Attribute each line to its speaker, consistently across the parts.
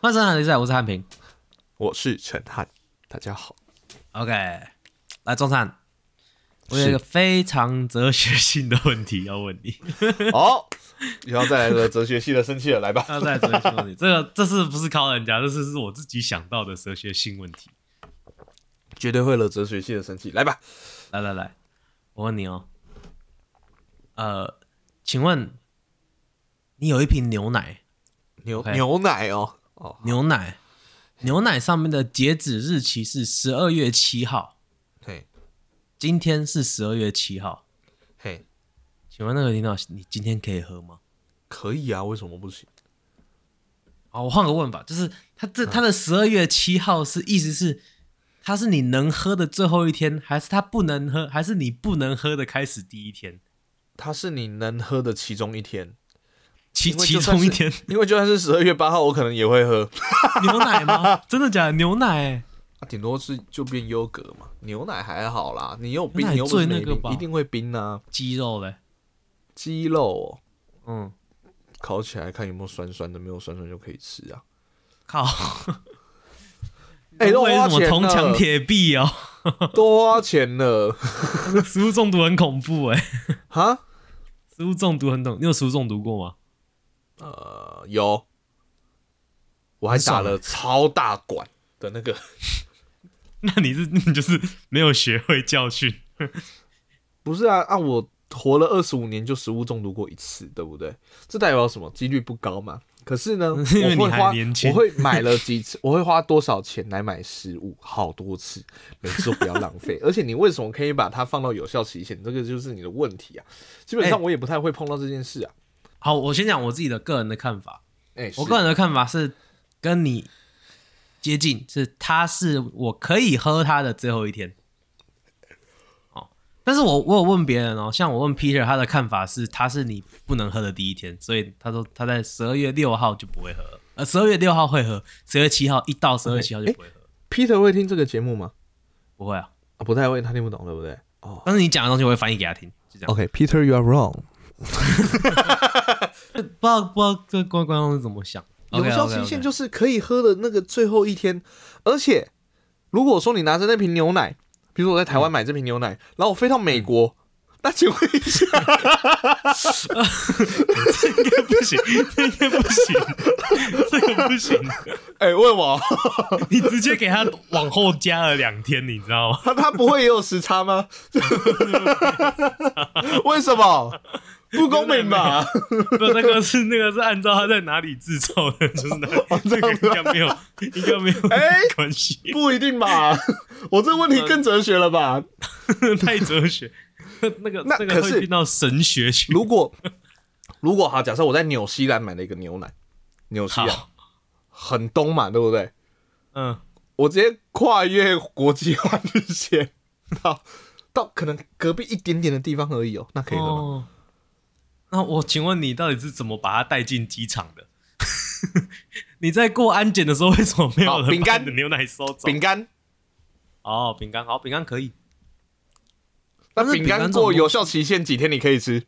Speaker 1: 欢迎收看《比赛》，我是汉平。
Speaker 2: 我是陈汉，大家好。
Speaker 1: OK，来中灿，我有一个非常哲学性的问题要问你。
Speaker 2: 好，然后再来个哲学系的生气了，来吧。
Speaker 1: 要再哲学性问题，这个这次不是考人家，这次是我自己想到的哲学性问题。
Speaker 2: 绝对会惹哲学系的生气，来吧。
Speaker 1: 来来来，我问你哦，呃，请问你有一瓶牛奶，
Speaker 2: 牛
Speaker 1: OK
Speaker 2: 牛奶哦，哦，
Speaker 1: 牛奶，牛奶上面的截止日期是十二月七号，
Speaker 2: 嘿，
Speaker 1: 今天是十二月七号，
Speaker 2: 嘿，
Speaker 1: 请问那个领导，你今天可以喝吗？
Speaker 2: 可以啊，为什么不行？
Speaker 1: 哦，我换个问法，就是他这他的十二月七号是意思是，他是你能喝的最后一天，还是他不能喝，还是你不能喝的开始第一天？
Speaker 2: 它是你能喝的其中一天，
Speaker 1: 其
Speaker 2: 因为
Speaker 1: 其
Speaker 2: 就算
Speaker 1: 中
Speaker 2: 是
Speaker 1: 一天
Speaker 2: 因为就算是十二月八号，我可能也会喝，
Speaker 1: 牛奶 吗？真的假的？牛奶、欸？
Speaker 2: 啊顶多是就变优格嘛。牛奶还好啦，你有
Speaker 1: 牛
Speaker 2: 冰，
Speaker 1: 奶
Speaker 2: 你又不
Speaker 1: 最
Speaker 2: 是
Speaker 1: 那
Speaker 2: 没
Speaker 1: 个
Speaker 2: 冰，
Speaker 1: 吧
Speaker 2: 一定会冰啊。
Speaker 1: 鸡肉嘞？
Speaker 2: 鸡肉哦、
Speaker 1: 嗯，
Speaker 2: 烤起来看有没有酸酸的，没有酸酸就可以吃啊。
Speaker 1: 靠，
Speaker 2: 哎、都
Speaker 1: 为
Speaker 2: 花
Speaker 1: 什么
Speaker 2: 钱
Speaker 1: 铜墙
Speaker 2: 了，
Speaker 1: 铁壁哦？
Speaker 2: 都花钱了，
Speaker 1: 食物中毒很恐怖哎、
Speaker 2: 哈？
Speaker 1: 食物中毒很懂，你有食物中毒过吗？
Speaker 2: 呃，有，我还打
Speaker 1: 爽
Speaker 2: 了超大管的那个，
Speaker 1: 那你是你就是没有学会教训，
Speaker 2: 不是啊啊！我活了二十五年就食物中毒过一次，对不对？这代表什么？几率不高嘛。可是 呢，
Speaker 1: 因为你
Speaker 2: 我会花
Speaker 1: 还年轻
Speaker 2: 我会买了几次，我会花多少钱来买食物？好多次，每次都不要浪费。而且你为什么可以把它放到有效期限？这个就是你的问题啊。基本上
Speaker 1: 哎
Speaker 2: 我也不太会碰到这件事啊。
Speaker 1: 好，我先讲我自己的个人的看法。
Speaker 2: 哎、
Speaker 1: 我
Speaker 2: 是
Speaker 1: 个人的看法是跟你接近，是它是我可以喝它的最后一天。哦，但是我我有问别人哦，像我问 Peter，他的看法是它是你不能喝的第一天，所以他说他在十二月六号就不会喝了，呃，十二月六号会喝，十月七号一到十二月七号就不会喝，
Speaker 2: Peter 会听这个节目吗？
Speaker 1: 不会啊。
Speaker 2: 啊，不太会，他听不懂，对不对？哦
Speaker 1: 但是你讲的东西我会翻译给他听，就这样。
Speaker 2: ，OK，Peter，you、are wrong。
Speaker 1: 不知道不知道这观观众是怎么想。
Speaker 2: 有效
Speaker 1: OK，OK，OK
Speaker 2: 期限就是可以喝的那个最后一天，而且如果说你拿着那瓶牛奶，比如说我在台湾买这瓶牛奶，然后我飞到美国，那请问一 下，
Speaker 1: 应该 不行，这应该不行，这个不行。
Speaker 2: 哎、问我
Speaker 1: 你直接给他往后加了两天，你知道 吗？
Speaker 2: 他他不会也有时差 吗？为什么不公平 吧？
Speaker 1: 不，那个是那个是按照他在哪里制造的，就是 哪
Speaker 2: 哦
Speaker 1: 里，这个应该没有，应该没有
Speaker 2: 啊哎
Speaker 1: 关系，
Speaker 2: 不一定吧？我这问题更哲学了吧？
Speaker 1: 太哲学。那个
Speaker 2: 那
Speaker 1: 个
Speaker 2: 可
Speaker 1: 会
Speaker 2: 是
Speaker 1: 变到神学去。
Speaker 2: 如果如果好，假设我在纽西兰买了一个牛奶，纽西兰
Speaker 1: 好，
Speaker 2: 很东嘛，对不对？
Speaker 1: 嗯，
Speaker 2: 我直接跨越国际化日线，到到可能隔壁一点点的地方而已哦，那可以喝吗？
Speaker 1: 哦。那我请问你到底是怎么把他带进机场的？ 你在过安检的时候，为什么没有
Speaker 2: 好
Speaker 1: 人
Speaker 2: 饼干
Speaker 1: 把你的牛奶收走？
Speaker 2: 饼干，
Speaker 1: 哦，饼干好，饼干可以。但
Speaker 2: 那
Speaker 1: 是
Speaker 2: 饼
Speaker 1: 饼干
Speaker 2: 干
Speaker 1: 这种
Speaker 2: 过
Speaker 1: 东
Speaker 2: 有效期限几天你可以吃？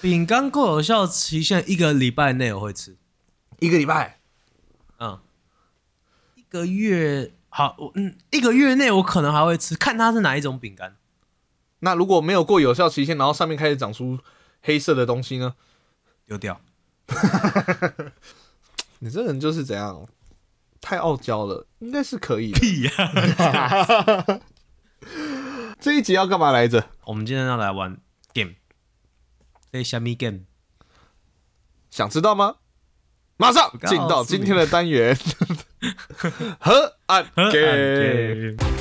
Speaker 1: 饼干过有效期限一个礼拜内我会吃。
Speaker 2: 一个礼拜，
Speaker 1: 嗯，一个月好，我嗯，一个月内我可能还会吃，看它是哪一种饼干。
Speaker 2: 那如果没有过有效期限，然后上面开始长出黑色的东西呢？
Speaker 1: 丢掉，
Speaker 2: 你这人就是怎样？太傲娇了，应该是可以的。
Speaker 1: 屁呀、
Speaker 2: 这一集要干嘛来着？
Speaker 1: 我们今天要来玩 game，这虾米 game？
Speaker 2: 想知道吗？马上
Speaker 1: 告诉
Speaker 2: 进到今天的单 元，河岸
Speaker 1: 河岸啊
Speaker 2: game。
Speaker 1: game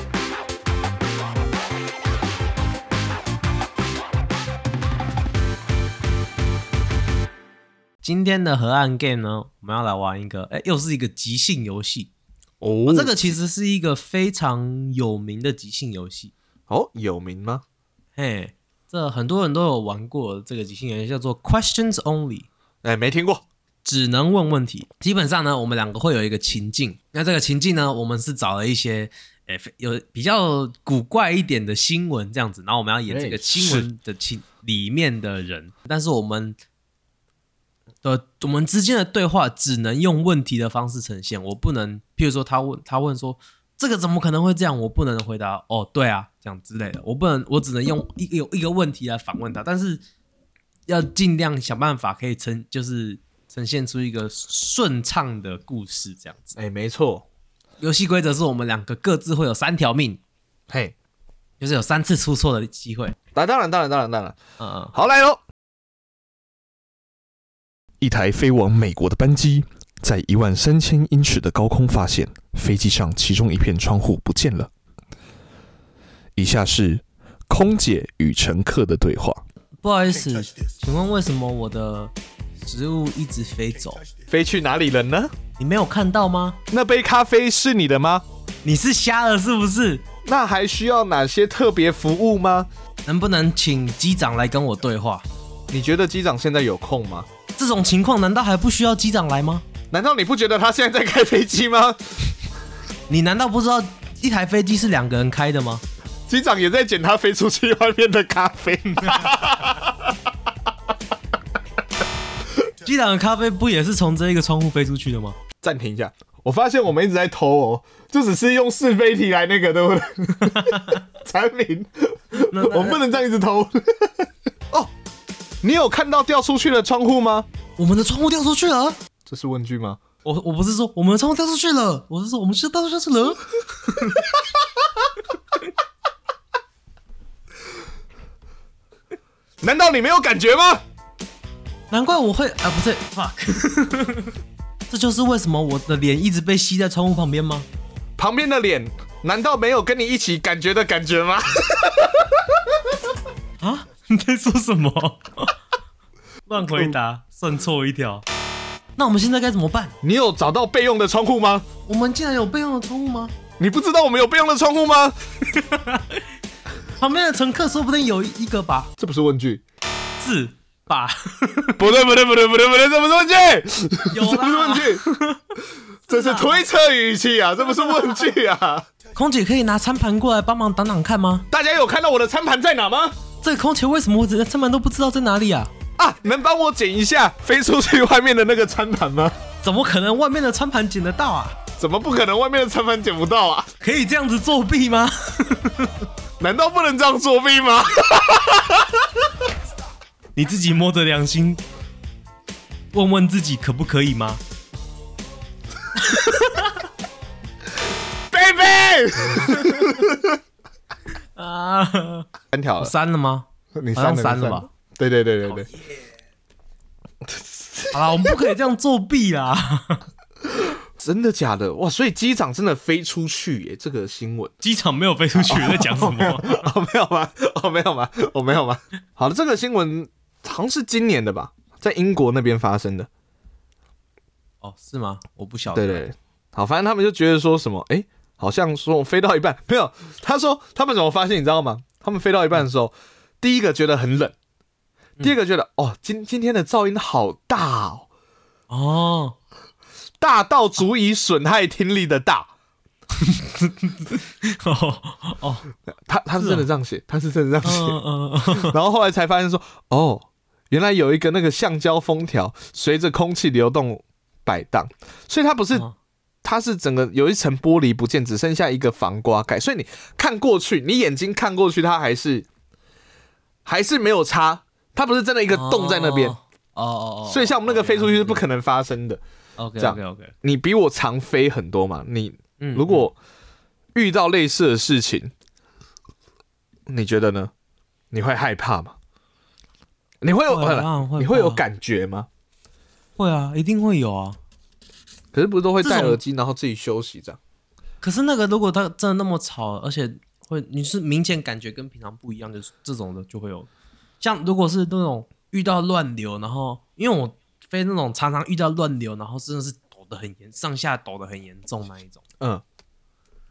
Speaker 1: 今天的河岸 game 呢，我们要来玩一个，哎、又是一个即兴游戏。
Speaker 2: 哦
Speaker 1: 这个其实是一个非常有名的即兴游戏，
Speaker 2: 哦有名吗？
Speaker 1: 嘿，这很多人都有玩过这个即兴游戏，叫做 Questions Only，
Speaker 2: 哎，没听过。
Speaker 1: 只能问问题。基本上呢，我们两个会有一个情境，那这个情境呢，我们是找了一些。诶，非有比较古怪一点的新闻这样子，然后我们要演这个
Speaker 2: 哎
Speaker 1: 新闻的情里面的人，但是我们的我们之间的对话只能用问题的方式呈现，我不能，譬如说他问他问说这个怎么可能会这样，我不能回答哦，对啊，这样之类的，我不能，我只能用一有一个问题来反问他，但是要尽量想办法可以呈就是呈现出一个顺畅的故事这样子。
Speaker 2: 哎、没错，
Speaker 1: 游戏规则是我们两个各自会有三条命，
Speaker 2: 嘿，
Speaker 1: 就是有三次出错的机会。
Speaker 2: 那当然，当然，当然，当然，
Speaker 1: 嗯嗯。
Speaker 2: 好来喽。
Speaker 3: 一台飞往美国的班机在一万三千英尺的高空发现，飞机上其中一片窗户不见了。以下是空姐与乘客的对话。
Speaker 1: 不好意思，请问为什么我的食物一直飞走？
Speaker 2: 飞去哪里了呢？
Speaker 1: 你没有看到吗？
Speaker 2: 那杯咖啡是你的吗？
Speaker 1: 你是瞎了是不是？
Speaker 2: 那还需要哪些特别服务吗？
Speaker 1: 能不能请机长来跟我对话？
Speaker 2: 你觉得机长现在有空吗？
Speaker 1: 这种情况难道还不需要机长来吗？
Speaker 2: 难道你不觉得他现在在开飞机吗？
Speaker 1: 你难道不知道一台飞机是两个人开的吗？
Speaker 2: 机长也在捡他飞出去外面的咖啡吗？
Speaker 1: 机长的咖啡不也是从这一个窗户飞出去的吗？
Speaker 2: 暂停一下，我发现我们一直在偷哦，就只是用是非题来那个，对不对？产品，我们不能这样一直偷。哦，你有看到掉出去的窗户吗？
Speaker 1: 我们的窗户掉出去了。
Speaker 2: 这是问句吗？
Speaker 1: 我我不是说我们的窗户掉出去了，我是说我们是掉出去 了。
Speaker 2: 难道你没有感觉吗？
Speaker 1: 难怪我会啊，不对，fuck，这 就是为什么我的脸一直被吸在窗户旁边吗？
Speaker 2: 旁边的脸难道没有跟你一起感觉的感觉吗？
Speaker 1: 啊， 你在说什 么？乱回答，算错一条。那我们现在该怎么办？
Speaker 2: 你有找到备用的窗户吗？
Speaker 1: 我们竟然有备用的窗户吗？
Speaker 2: 你不知道我们有备用的窗户吗？
Speaker 1: 旁边的乘客说不定有一个吧，
Speaker 2: 这不是问句，
Speaker 1: 是吧？
Speaker 2: 不对不对不对不对不对，这不是问句，
Speaker 1: 有啊
Speaker 2: 这不是问
Speaker 1: 啦。
Speaker 2: 句， 这是推测语气啊，这不是问句啊。
Speaker 1: 空姐可以拿餐盘过来帮忙挡挡看吗？
Speaker 2: 大家有看到我的餐盘在哪吗？
Speaker 1: 这个空姐为什么我连餐盘都不知道在哪里啊？
Speaker 2: 啊，能帮我捡一下飞出去外面的那个餐盘吗？
Speaker 1: 怎么可能外面的餐盘捡得到啊？
Speaker 2: 怎么不可能外面的餐盘捡不到啊？
Speaker 1: 可以这样子作弊吗？
Speaker 2: 难道不能这样作弊吗？
Speaker 1: 你自己摸着良心，问问自己可不可以吗？
Speaker 2: 贝贝，
Speaker 1: 啊，
Speaker 2: 三条
Speaker 1: 我
Speaker 2: 了，
Speaker 1: 删了吗？
Speaker 2: 你
Speaker 1: 好像
Speaker 2: 你
Speaker 1: 删了吧？
Speaker 2: 对对对对对，
Speaker 1: 好啦，我们不可以这样作弊 啦！
Speaker 2: 真的假的？哇，所以机长真的飞出去耶！这个新闻
Speaker 1: 机场没有飞出去，在讲什么？
Speaker 2: 哦，没有吗？哦，没有吗？哦，没有吗？好了，这个新闻好像是今年的吧，在英国那边发生的。
Speaker 1: 哦，是吗？我不晓得。
Speaker 2: 对对，对好，反正他们就觉得说什么，哎、好像说我飞到一半没有，他说他们怎么发现你知道吗？他们飞到一半的时候，第一个觉得很冷，第二个觉得、哦，今今天的噪音好大哦，
Speaker 1: 哦，
Speaker 2: 大到足以损害听力的大。
Speaker 1: 哦，哦，
Speaker 2: 他他是真的这样写，他是真的这样写。
Speaker 1: 嗯嗯，
Speaker 2: 然后后来才发现说，哦，原来有一个那个橡胶封条随着空气流动摆荡，所以它不是，
Speaker 1: 嗯
Speaker 2: 它是整个有一层玻璃不见，只剩下一个防刮盖，所以你看过去，你眼睛看过去，它还是还是没有差，它不是真的一个洞在那边，
Speaker 1: 哦哦哦，
Speaker 2: 所以像我们那个飞出去是不可能发生的。
Speaker 1: OK
Speaker 2: 这
Speaker 1: OK
Speaker 2: 样
Speaker 1: OK，
Speaker 2: 你比我常飞很多嘛，你
Speaker 1: 嗯
Speaker 2: 如果遇到类似的事情，你觉得呢？你会害怕吗？你会有
Speaker 1: 会啊会
Speaker 2: 你会有
Speaker 1: 怕
Speaker 2: 感觉吗？
Speaker 1: 会啊，一定会有啊。
Speaker 2: 可是不是都会
Speaker 1: 这
Speaker 2: 戴
Speaker 1: 种
Speaker 2: 耳机，然后自己休息这样？
Speaker 1: 可是那个，如果它真的那么吵，而且会，你是明显感觉跟平常不一样，就是这种的就会有。像如果是那种遇到乱流，然后因为我飞那种常常遇到乱流，然后真的是抖得很严，上下抖得很严重那一种。
Speaker 2: 嗯，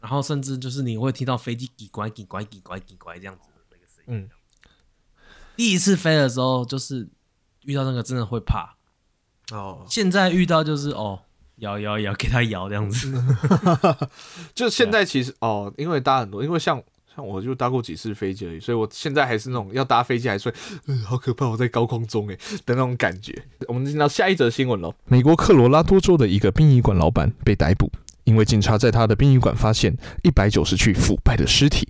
Speaker 1: 然后甚至就是你会听到飞机叽拐叽拐叽拐叽拐这样子的那个声音。
Speaker 2: 嗯，
Speaker 1: 第一次飞的时候就是遇到那个真的会怕，
Speaker 2: 哦，
Speaker 1: 现在遇到就是哦摇摇摇给他摇这样子。
Speaker 2: 就现在其实哦，因为大家很多，因为像像像我就搭过几次飞机而已，所以我现在还是那种要搭飞机还是会，嗯，好可怕，我在高空中哎的那种感觉。我们进到下一则新闻喽。
Speaker 3: 美国科罗拉多州的一个殡仪馆老板被逮捕，因为警察在他的殡仪馆发现一百九十具腐败的尸体。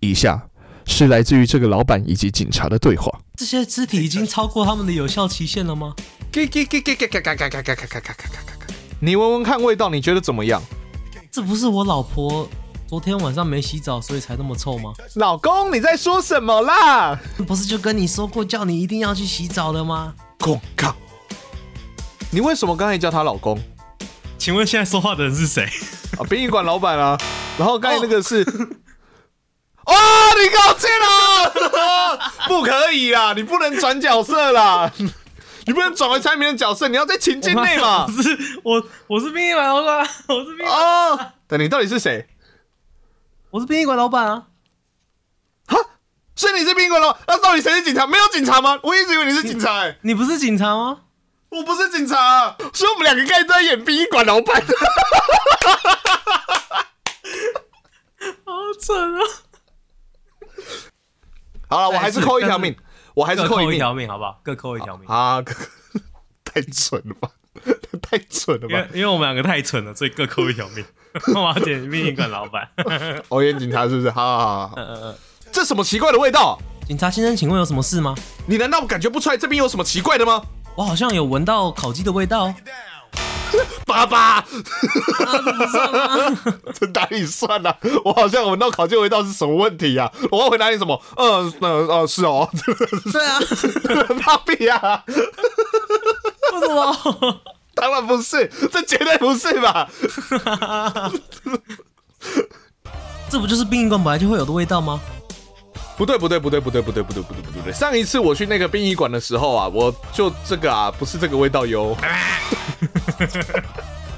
Speaker 3: 以下是来自于这个老板以及警察的对话。
Speaker 1: 这些肢体已经超过他们的有效期限了吗？
Speaker 2: 给给给给给给给给给给给给给给，你闻闻看味道，你觉得怎么样？
Speaker 1: 这不是我老婆昨天晚上没洗澡，所以才那么臭吗？
Speaker 2: 老公，你在说什么啦？
Speaker 1: 不是就跟你说过叫你一定要去洗澡的吗？
Speaker 2: 公靠！你为什么刚才叫他老公？
Speaker 1: 请问现在说话的人是 谁？
Speaker 2: 啊，殡仪馆老板啊。然后刚才那个是，哦，你搞错了， 不可以啦，你不能转角色啦，你不能转为猜谜的角色，你要在情境内嘛
Speaker 1: 我。是我，我是殡仪馆老板，啊 我是殡仪，
Speaker 2: 哦，等你到底是谁？
Speaker 1: 我是殡仪馆老板啊！
Speaker 2: 哈，所以你是殡仪馆老板，那到底谁是警察？没有警察吗？我一直以为你是警察、欸，
Speaker 1: 你不是警察吗？
Speaker 2: 我不是警察、啊，所以我们两个刚才都在演殡仪馆老板。
Speaker 1: 好蠢啊！
Speaker 2: 好了，我还是扣一条命，我还是
Speaker 1: 各
Speaker 2: 扣
Speaker 1: 扣
Speaker 2: 一
Speaker 1: 一
Speaker 2: 命。
Speaker 1: 条命，好不好？各扣一条命，
Speaker 2: 啊，哥哥太蠢了吧！ 太蠢了
Speaker 1: 因为
Speaker 2: 吧！
Speaker 1: 因为我们两个太蠢了，所以各扣一条命。 我要点殡仪馆老 板。
Speaker 2: 熬夜警察是不是？好好好好，
Speaker 1: 呃呃呃
Speaker 2: 这什么奇怪的味道？
Speaker 1: 警察先生，请问有什么事吗？
Speaker 2: 你难道感觉不出来这边有什么奇怪的吗？
Speaker 1: 我好像有闻到烤鸡的味 道，
Speaker 2: 爸爸，
Speaker 1: 不算吗？
Speaker 2: 这哪里算呢、我好像闻到烤鸡味道是什么问题呀、啊我要回答你什么？呃呃呃，是哦，
Speaker 1: 对啊，
Speaker 2: 大屁呀！
Speaker 1: 为什 么？
Speaker 2: 当然不是，这绝对不是吧？
Speaker 1: 这不就是殡仪馆本来就会有的味道吗？
Speaker 2: 不对不对不对不对不对不对不对不对不对！上一次我去那个殡仪馆的时候啊，我就这个啊，不是这个味道哟。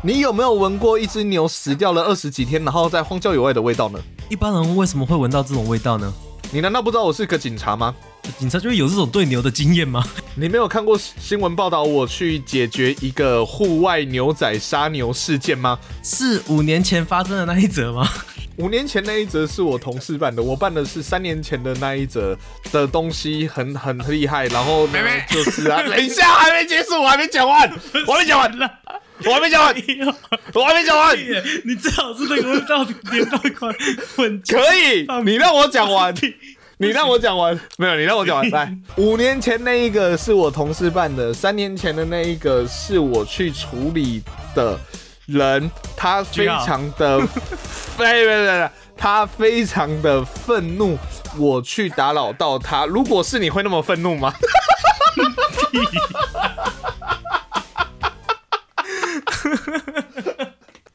Speaker 2: 你有没有闻过一只牛死掉了二十几天，然后在荒郊野外的味道呢？
Speaker 1: 一般人为什么会闻到这种味道呢？
Speaker 2: 你难道不知道我是个警察吗？
Speaker 1: 警察就会有这种对牛的经验吗？
Speaker 2: 你没有看过新闻报道我去解决一个户外牛仔杀牛事件吗？
Speaker 1: 是五年前发生的那一则吗？
Speaker 2: 五年前那一则是我同事办的，我办的是三年前的那一则的东西很，很厉害。然后呢，就是啊，等一下还没结束，我还没讲完，我还没讲完，我还没讲完，我还没讲完，
Speaker 1: 你最好是那个味道连到一块混进。
Speaker 2: 可以，你让我讲完。你让我讲完，没有，你让我讲 完。来，五年前那一个是我同事办的，三年前的那一个是我去处理的人，他非常 的，哎对对对对，他非常的愤怒，我去打扰到他。如果是你会那么愤怒吗？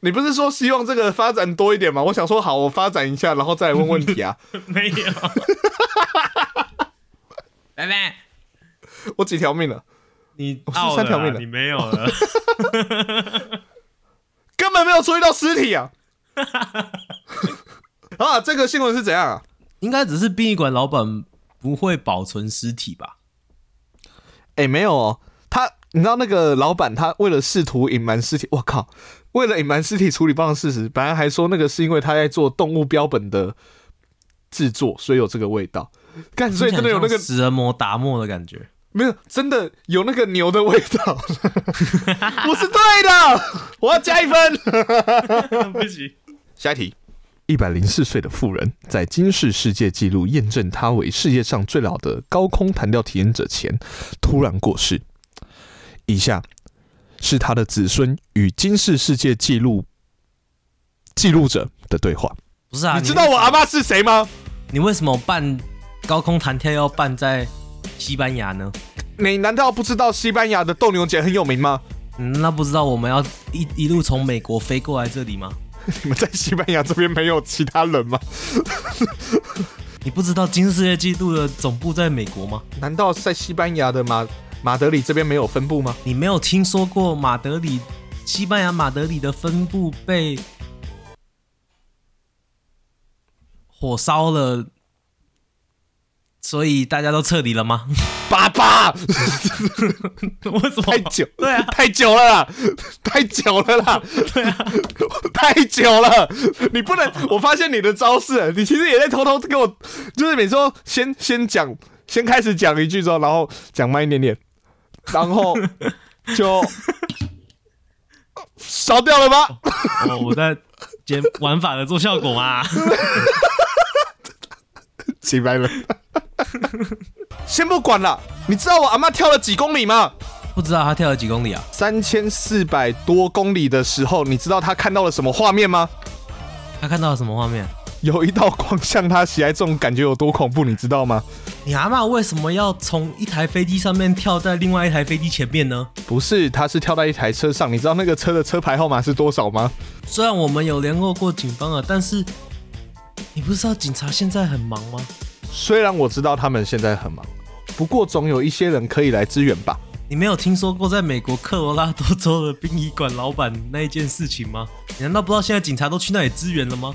Speaker 2: 你不是说希望这个发展多一点吗？我想说好，我发展一下，然后再来问问题啊。
Speaker 1: 没有。 拜拜。
Speaker 2: 我几条命了？
Speaker 1: 你
Speaker 2: 是
Speaker 1: 傲了
Speaker 2: 三条
Speaker 1: 啊
Speaker 2: 命的
Speaker 1: 你没有了。
Speaker 2: 根本没有注意到尸体 啊！啊，这个新闻是怎样啊？
Speaker 1: 应该只是殡仪馆老板不会保存尸体吧？
Speaker 2: 哎、没有哦，他你知道那个老板他为了试图隐瞒尸体，我靠，为了隐瞒尸体处理棒的事实，本来还说那个是因为他在做动物标本的制作，所以有这个味道。干，所以真的有那个
Speaker 1: 像食人魔达摩的感 觉。
Speaker 2: 没有，真的有那个牛的味道， 我是对的，我要加一分。
Speaker 1: 不行，
Speaker 2: 下一题，
Speaker 3: 一百零四岁的妇人在金氏世界纪录验证她为世界上最老的高空弹跳体验者前，突然过世。以下是她的子孙与金氏世界纪录记录者的对话。
Speaker 1: 不是啊？
Speaker 2: 你知道我阿
Speaker 1: 爸？
Speaker 2: 妈是谁吗？
Speaker 1: 你为什么办高空弹跳要办在西班牙呢？
Speaker 2: 你难道不知道西班牙的斗牛节很有名 吗？
Speaker 1: 嗯那不知道我们要一一路从美国飞过来这里吗？
Speaker 2: 你们在西班牙这边没有其他人吗？
Speaker 1: 你不知道金世界纪录的总部在美国吗？
Speaker 2: 难道在西班牙的马马德里这边没有分部吗？
Speaker 1: 你没有听说过马德里，西班牙马德里的分部被火烧了，所以大家都撤离了吗？
Speaker 2: 爸爸，
Speaker 1: 为什么？
Speaker 2: 太久，
Speaker 1: 对啊，
Speaker 2: 太久了啦， 太久了啦，
Speaker 1: 对啊，
Speaker 2: 太久了，你 不能，我发现你的招式了，你其实也在偷偷跟我，就是每次都先先讲，先开始讲一句之后，然后讲慢一点点，然后就 烧掉了吗？
Speaker 1: 我哦我在剪玩法的做效果嘛。
Speaker 2: 明白了。 先不管了，你知道我阿妈跳了几公里吗？
Speaker 1: 不知道他跳了几公里啊？
Speaker 2: 三千四百多公里的时候，你知道她看到了什么画面吗？
Speaker 1: 他看到了什么画面？
Speaker 2: 有一道光向她袭来，这种感觉有多恐怖，你知道吗？
Speaker 1: 你阿嬷为什么要从一台飞机上面跳在另外一台飞机前面呢？
Speaker 2: 不是，他是跳到一台车上，你知道那个车的车牌号码是多少吗？
Speaker 1: 虽然我们有联络过警方了，但是你不知道警察现在很忙吗？
Speaker 2: 虽然我知道他们现在很忙，不过总有一些人可以来支援吧。
Speaker 1: 你没有听说过在美国科罗拉多州的殡仪馆老板那一件事情吗？你难道不知道现在警察都去那里支援了吗？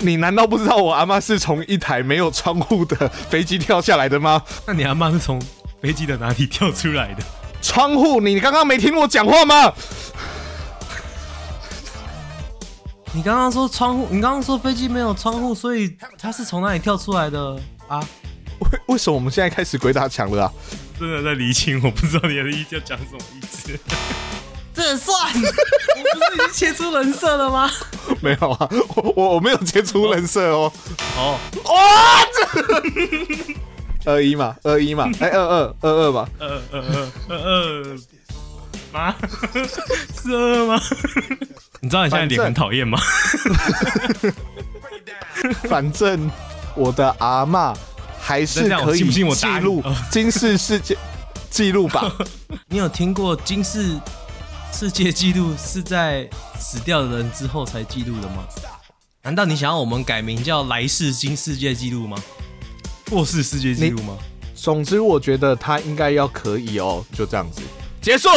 Speaker 2: 你难道不知道我阿妈是从一台没有窗户的飞机跳下来的吗？
Speaker 1: 那你阿嬷是从飞机的哪里跳出来的？
Speaker 2: 窗户，你刚刚没听我讲话吗？
Speaker 1: 你刚刚说窗户，你刚刚说飞机没有窗户，所以它是从哪里跳出来的啊？
Speaker 2: 为为什么我们现在开始鬼打墙了啊？
Speaker 1: 真的在厘清，我不知道你的意思要讲什么意思。这算？ 我不是已经切出人设了吗？
Speaker 2: 没有啊，我我我没有接触人设哦。
Speaker 1: 哦，
Speaker 2: 哇，这二一嘛，二一嘛，哎，二二二二嘛，
Speaker 1: 呃呃呃呃呃，吗？是二吗？你知道你现在脸很讨厌吗？
Speaker 2: 反正我的阿嬷还是可以
Speaker 1: 等一下我信不信我
Speaker 2: 记
Speaker 1: 打你
Speaker 2: 录 今世世界记录 吧。
Speaker 1: 你有听过金氏世界纪录是在死掉的人之后才记录的吗？难道你想要我们改名叫来世金世界纪录吗？过世世界纪录吗？
Speaker 2: 总之，我觉得他应该要可以哦，就这样子结束，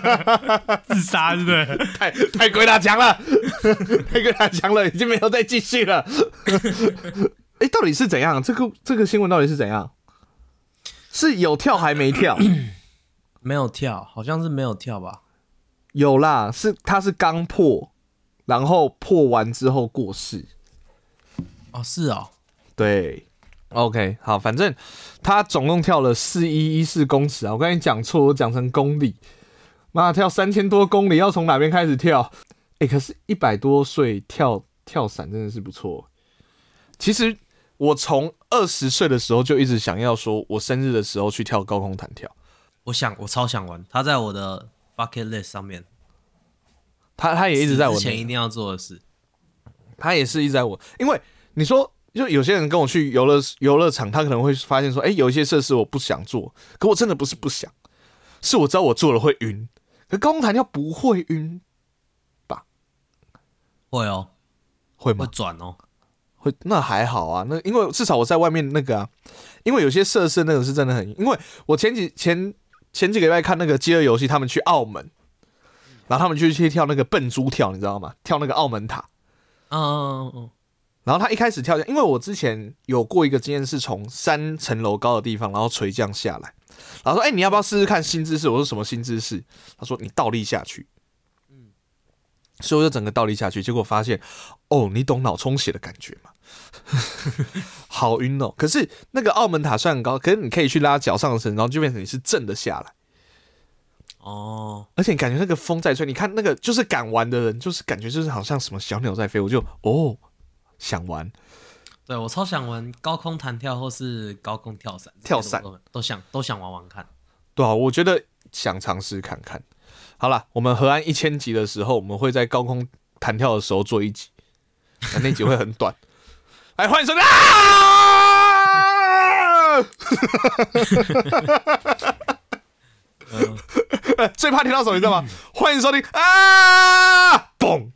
Speaker 1: 自杀对不对？
Speaker 2: 太太鬼打墙了， 太鬼打墙了，已经没有再继续了。 哎、到底是怎样？这个这个新闻到底是怎样？是有跳还没 跳？
Speaker 1: 没有跳，好像是没有跳吧？
Speaker 2: 有啦，是他是刚破，然后破完之后过世。
Speaker 1: 哦，是哦，
Speaker 2: 对，OK，好，反正他总共跳了四一一四公尺啊，我刚才讲错，我讲成公里，妈跳三千多公里，要从哪边开始跳？哎、可是一百多岁跳跳伞真的是不错。欸其实我从二十岁的时候就一直想要说，我生日的时候去跳高空弹跳。
Speaker 1: 我想我超想玩，它在我的 bucket list 上面，
Speaker 2: 他他也一直在我
Speaker 1: 之前
Speaker 2: 内
Speaker 1: 一定要做的事。
Speaker 2: 他也是一直在我，因为你说，就有些人跟我去游乐游乐场，他可能会发现说，哎、有一些设施我不想做，可我真的不是不想，是我知道我做了会晕，可高空弹跳不会晕，
Speaker 1: 会哦，
Speaker 2: 会
Speaker 1: 会
Speaker 2: 吗？
Speaker 1: 转哦。
Speaker 2: 会，那还好啊，那因为至少我在外面那个啊，因为有些设施那个是真的很，因为我前几前前几个礼拜看那个饥饿游戏，他们去澳门，然后他们就去跳那个笨猪跳，你知道吗？跳那个澳门塔，
Speaker 1: 嗯嗯嗯嗯，
Speaker 2: 然后他一开始跳下，因为我之前有过一个经验，是从三层楼高的地方，然后垂降下来。然后说：“哎、你要不要试试看新姿势？”我说：“什么新姿势？”他说：“你倒立下去。”嗯，所以我就整个倒立下去，结果发现，哦，你懂脑充血的感觉吗？ 好晕哦！可是那个澳门塔虽然很高，可是你可以去拉脚上的绳，然后就变成你是正的下来，
Speaker 1: 哦，
Speaker 2: 而且你感觉那个风在吹。你看那个就是敢玩的人，就是感觉就是好像什么小鸟在飞，我就哦想玩。
Speaker 1: 对我超想玩高空弹跳或是高空跳伞，
Speaker 2: 跳伞
Speaker 1: 这些都都想都想玩玩看。
Speaker 2: 对啊，我觉得想尝试看看。好啦，我们河岸一千集的时候，我们会在高空弹跳的时候做一集，那那集会很短。 来，欢迎收听啊！
Speaker 1: 嗯，
Speaker 2: 最怕听到什么，你知道吗？欢迎收听啊！嘣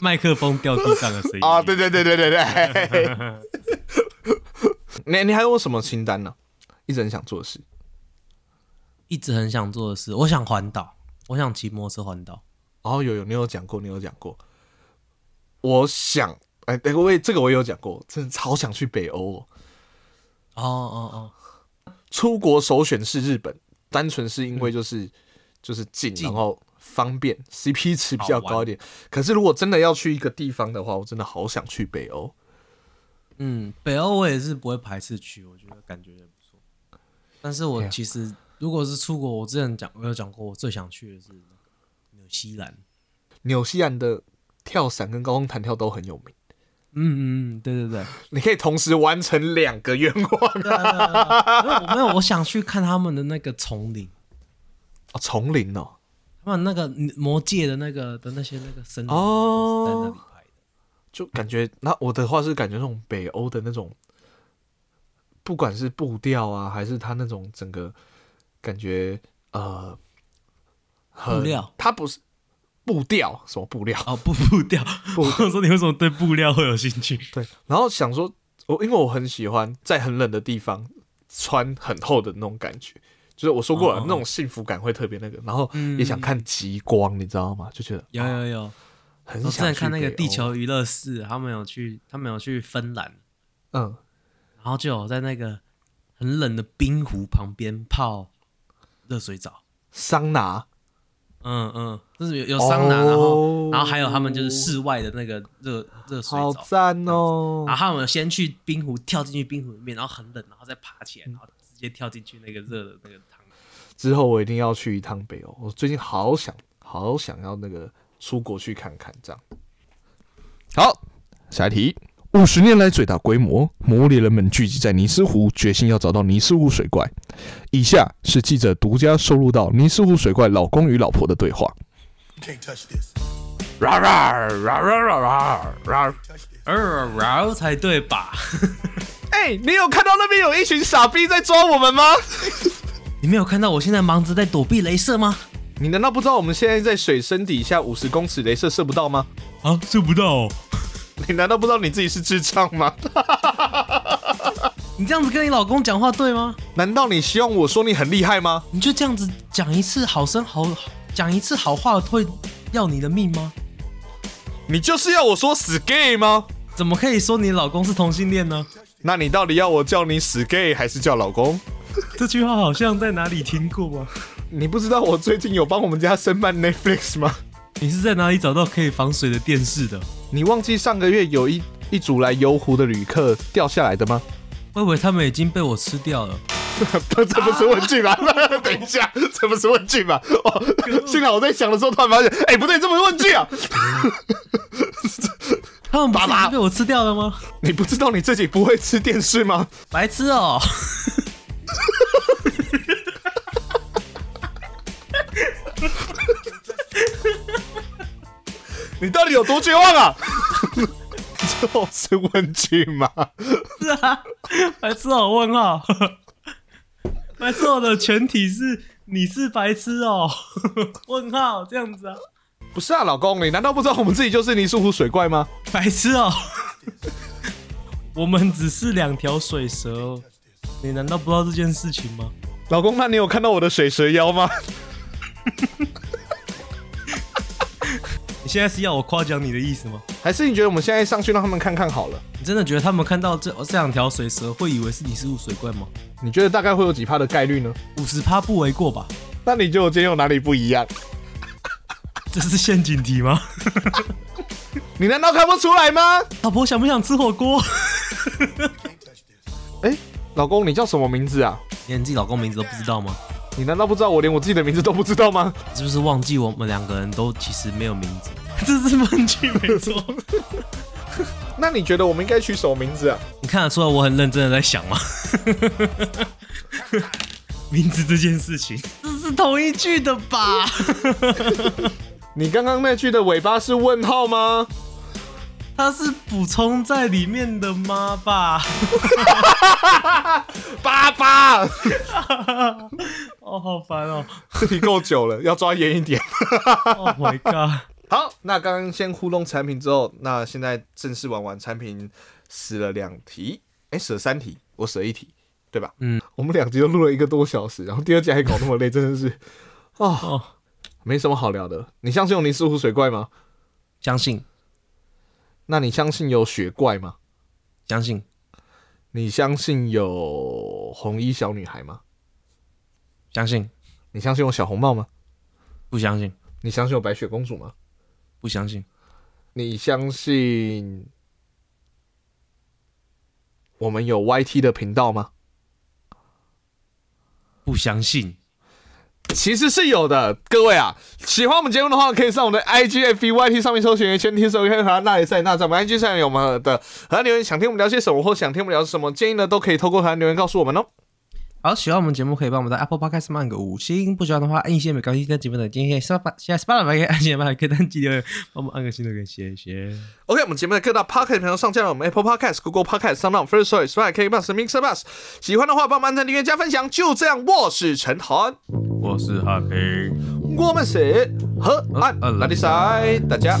Speaker 1: 麦克风掉地上的声 音
Speaker 2: 啊！对对对对对对。你你还有什么清单呢、一直很想做的事。
Speaker 1: 一直很想做的事，我想环岛，我想骑摩托车环岛。
Speaker 2: 哦，有有，你有讲过，你有讲过。我想，哎，那个我也这个我也有讲过，真的超想去北欧、哦。
Speaker 1: 哦哦
Speaker 2: 出国首选是日本，单纯是因为就是、就是近，
Speaker 1: 嗯近
Speaker 2: 然后方便，CP 值比较
Speaker 1: 好玩
Speaker 2: 高一点。可是如果真的要去一个地方的话，我真的好想去北欧。
Speaker 1: 哦，嗯，北欧我也是不会排斥去，我觉得感觉也不错。但是我其实如果是出国，我之前讲我有讲过，我最想去的是那个纽西兰。
Speaker 2: 纽西兰的跳伞跟高空弹跳都很有名，
Speaker 1: 嗯嗯，嗯，对对对，
Speaker 2: 你可以同时完成两个愿望。
Speaker 1: 对对对对没有我没有，我想去看他们的那个丛林，
Speaker 2: 哦，丛林哦，
Speaker 1: 他们那个魔界的那个的那些那个森林
Speaker 2: 哦
Speaker 1: 都是在那里拍的。
Speaker 2: 就感觉那我的话是感觉那种北欧的那种，不管是步调啊，还是它那种整个感觉呃，很
Speaker 1: 布料
Speaker 2: 它不是布调什么布料，
Speaker 1: 哦，布布料，我说你为什么对布料会有兴趣？
Speaker 2: 对，然后想说，我因为我很喜欢在很冷的地方穿很厚的那种感觉，就是我说过
Speaker 1: 哦
Speaker 2: 了，
Speaker 1: 哦哦嗯
Speaker 2: 那种幸福感会特别那个，然后也想看极光，你知道吗？就觉得
Speaker 1: 有有有，
Speaker 2: 很
Speaker 1: 哦我之
Speaker 2: 想
Speaker 1: 前
Speaker 2: 去
Speaker 1: 看那个
Speaker 2: 北欧
Speaker 1: 地，球娱乐室，他们有去，他们有去芬兰，
Speaker 2: 嗯，
Speaker 1: 然后就有在那个很冷的冰湖旁边泡热水澡。
Speaker 2: 桑拿，
Speaker 1: 嗯嗯，就是有有桑拿，然
Speaker 2: 哦
Speaker 1: 后然后还有他们就是室外的那个热热水
Speaker 2: 好
Speaker 1: 澡，
Speaker 2: 赞哦！
Speaker 1: 然后他们先去冰湖跳进去冰湖里面，然后很冷，然后再爬起来，然后直接跳进去那个热的那个汤。
Speaker 2: 之后我一定要去一趟北欧，我最近好想好想要那个出国去看看，这样
Speaker 3: 好，下一题。五十年来最大规模，魔物猎人们聚集在尼斯湖，决心要找到尼斯湖水怪。以下是记者独家收录到尼斯湖水怪老公与老婆的对话。
Speaker 4: Can't touch this.
Speaker 3: 啦啦啦啦啦啦！
Speaker 1: 呃，然后才对吧？
Speaker 2: 哎、你有看到那边有一群傻逼在抓我们吗？
Speaker 1: 你没有看到我现在忙着在躲避镭射吗？
Speaker 2: 你难道不知道我们现在在水深底下五十公尺，镭射射不到吗？
Speaker 1: 啊，射不到、
Speaker 2: 你难道不知道你自己是智障吗？
Speaker 1: 你这样子跟你老公讲话对吗？
Speaker 2: 难道你希望我说你很厉害吗？
Speaker 1: 你就这样子讲一次好声好，讲一次好话会要你的命吗？
Speaker 2: 你就是要我说死 gay 吗？
Speaker 1: 怎么可以说你老公是同性恋呢？
Speaker 2: 那你到底要我叫你死 gay 还是叫老公？
Speaker 1: 这句话好像在哪里听过啊？
Speaker 2: 你不知道我最近有帮我们家申办 Netflix 吗？
Speaker 1: 你是在哪里找到可以防水的电视的？
Speaker 2: 你忘记上个月有一一组来游湖的旅客掉下来的吗？
Speaker 1: 我以为他们已经被我吃掉了。
Speaker 2: 不，这不是问句吧？ 等一下，这不是问句吧？哦，幸好我在想的时候突然发现，哎、不对，这不是问句啊！
Speaker 1: 他们不是已
Speaker 2: 爸爸
Speaker 1: 经被我吃掉了吗？
Speaker 2: 你不知道你自己不会吃电视吗？
Speaker 1: 白痴哦、
Speaker 2: 你到底有多绝望啊？ 这是问句吗？
Speaker 1: 是啊， 白痴哦、问号， 白痴哦的全体是你是白痴哦、 问号这样子啊，
Speaker 2: 不是啊，老公，你难道不知道我们自己就是泥塑湖水怪吗？
Speaker 1: 白痴哦、 我们只是两条水蛇哦，你难道不知道这件事情吗？
Speaker 2: 老公，那你有看到我的水蛇腰吗？
Speaker 1: 你现在是要我夸奖你的意思吗？
Speaker 2: 还是你觉得我们现在上去让他们看看好了？
Speaker 1: 你真的觉得他们看到这哦这两条水蛇会以为是你是污水怪吗？
Speaker 2: 你觉得大概会有几趴的概率呢？
Speaker 1: 五十趴不为过吧？
Speaker 2: 那你觉得我今天有哪里不一样？
Speaker 1: 这是陷阱题吗？
Speaker 2: 你难道看不出来吗？
Speaker 1: 老婆想不想吃火锅？
Speaker 2: 哎、老公，你叫什么名字啊？
Speaker 1: 连你自己老公名字都不知道吗？
Speaker 2: 你难道不知道我连我自己的名字都不知道吗？
Speaker 1: 是不是忘记我们两个人都其实没有名字？ 这是问句没错。
Speaker 2: 那你觉得我们应该取什么名字啊？
Speaker 1: 你看得出来我很认真的在想吗？ 名字这件事情，这是同一句的吧？
Speaker 2: 你刚刚那句的尾巴是问号吗？
Speaker 1: 它是补充在里面的吗吧？
Speaker 2: 爸爸，
Speaker 1: 哦，好烦哦
Speaker 2: 这题够久了，要抓严一点。
Speaker 1: ！Oh my god！
Speaker 2: 好，那刚刚先糊弄产品之后，那现在正式玩完产品，死了两题，哎、死了三题，我死了一题，对吧？
Speaker 1: 嗯，
Speaker 2: 我们两集都录了一个多小时，然后第二集还搞那么累，真 的是啊、
Speaker 1: 哦，
Speaker 2: 没什么好聊的。你相信有尼斯湖水怪吗？
Speaker 1: 相信
Speaker 2: 那你相信有雪怪吗？
Speaker 1: 相信
Speaker 2: 你相信有红衣小女孩吗？
Speaker 1: 相信
Speaker 2: 你相信有小红帽吗？
Speaker 1: 不相信
Speaker 2: 你相信有白雪公主吗？
Speaker 1: 不相信
Speaker 2: 你相信我们有 YT 的频道吗？
Speaker 1: 不相信，
Speaker 2: 其实是有的，各位啊，喜欢我们节目的话，可以上我们的 IG、FB、YT E 上面搜寻“全体手游和那里赛”。那在我们 IG 上面有我们的呃和留言，想听我们聊些什么，或想听我们聊什么建议呢，都可以透过和留言告诉我们哦。
Speaker 1: 好，喜欢我们节目可以帮我们在 Apple Podcast 上按个五星，不喜欢的话按一些没关系，但基本的今天 Spotify 现在 Spotify 可以按键盘，可以单击留言，帮我们按个心留言，谢谢。
Speaker 2: OK，我们节目在各大 Podcast 平台上架了，我们 Apple Podcast、Google Podcast、Sound On、First Story、Spotify、k b o x Mixer Bus。喜欢的话，帮忙按赞、订阅、加分享。就这样，我是陈涵，
Speaker 1: 我是汉平，
Speaker 2: 我们是河岸拉力赛，大家。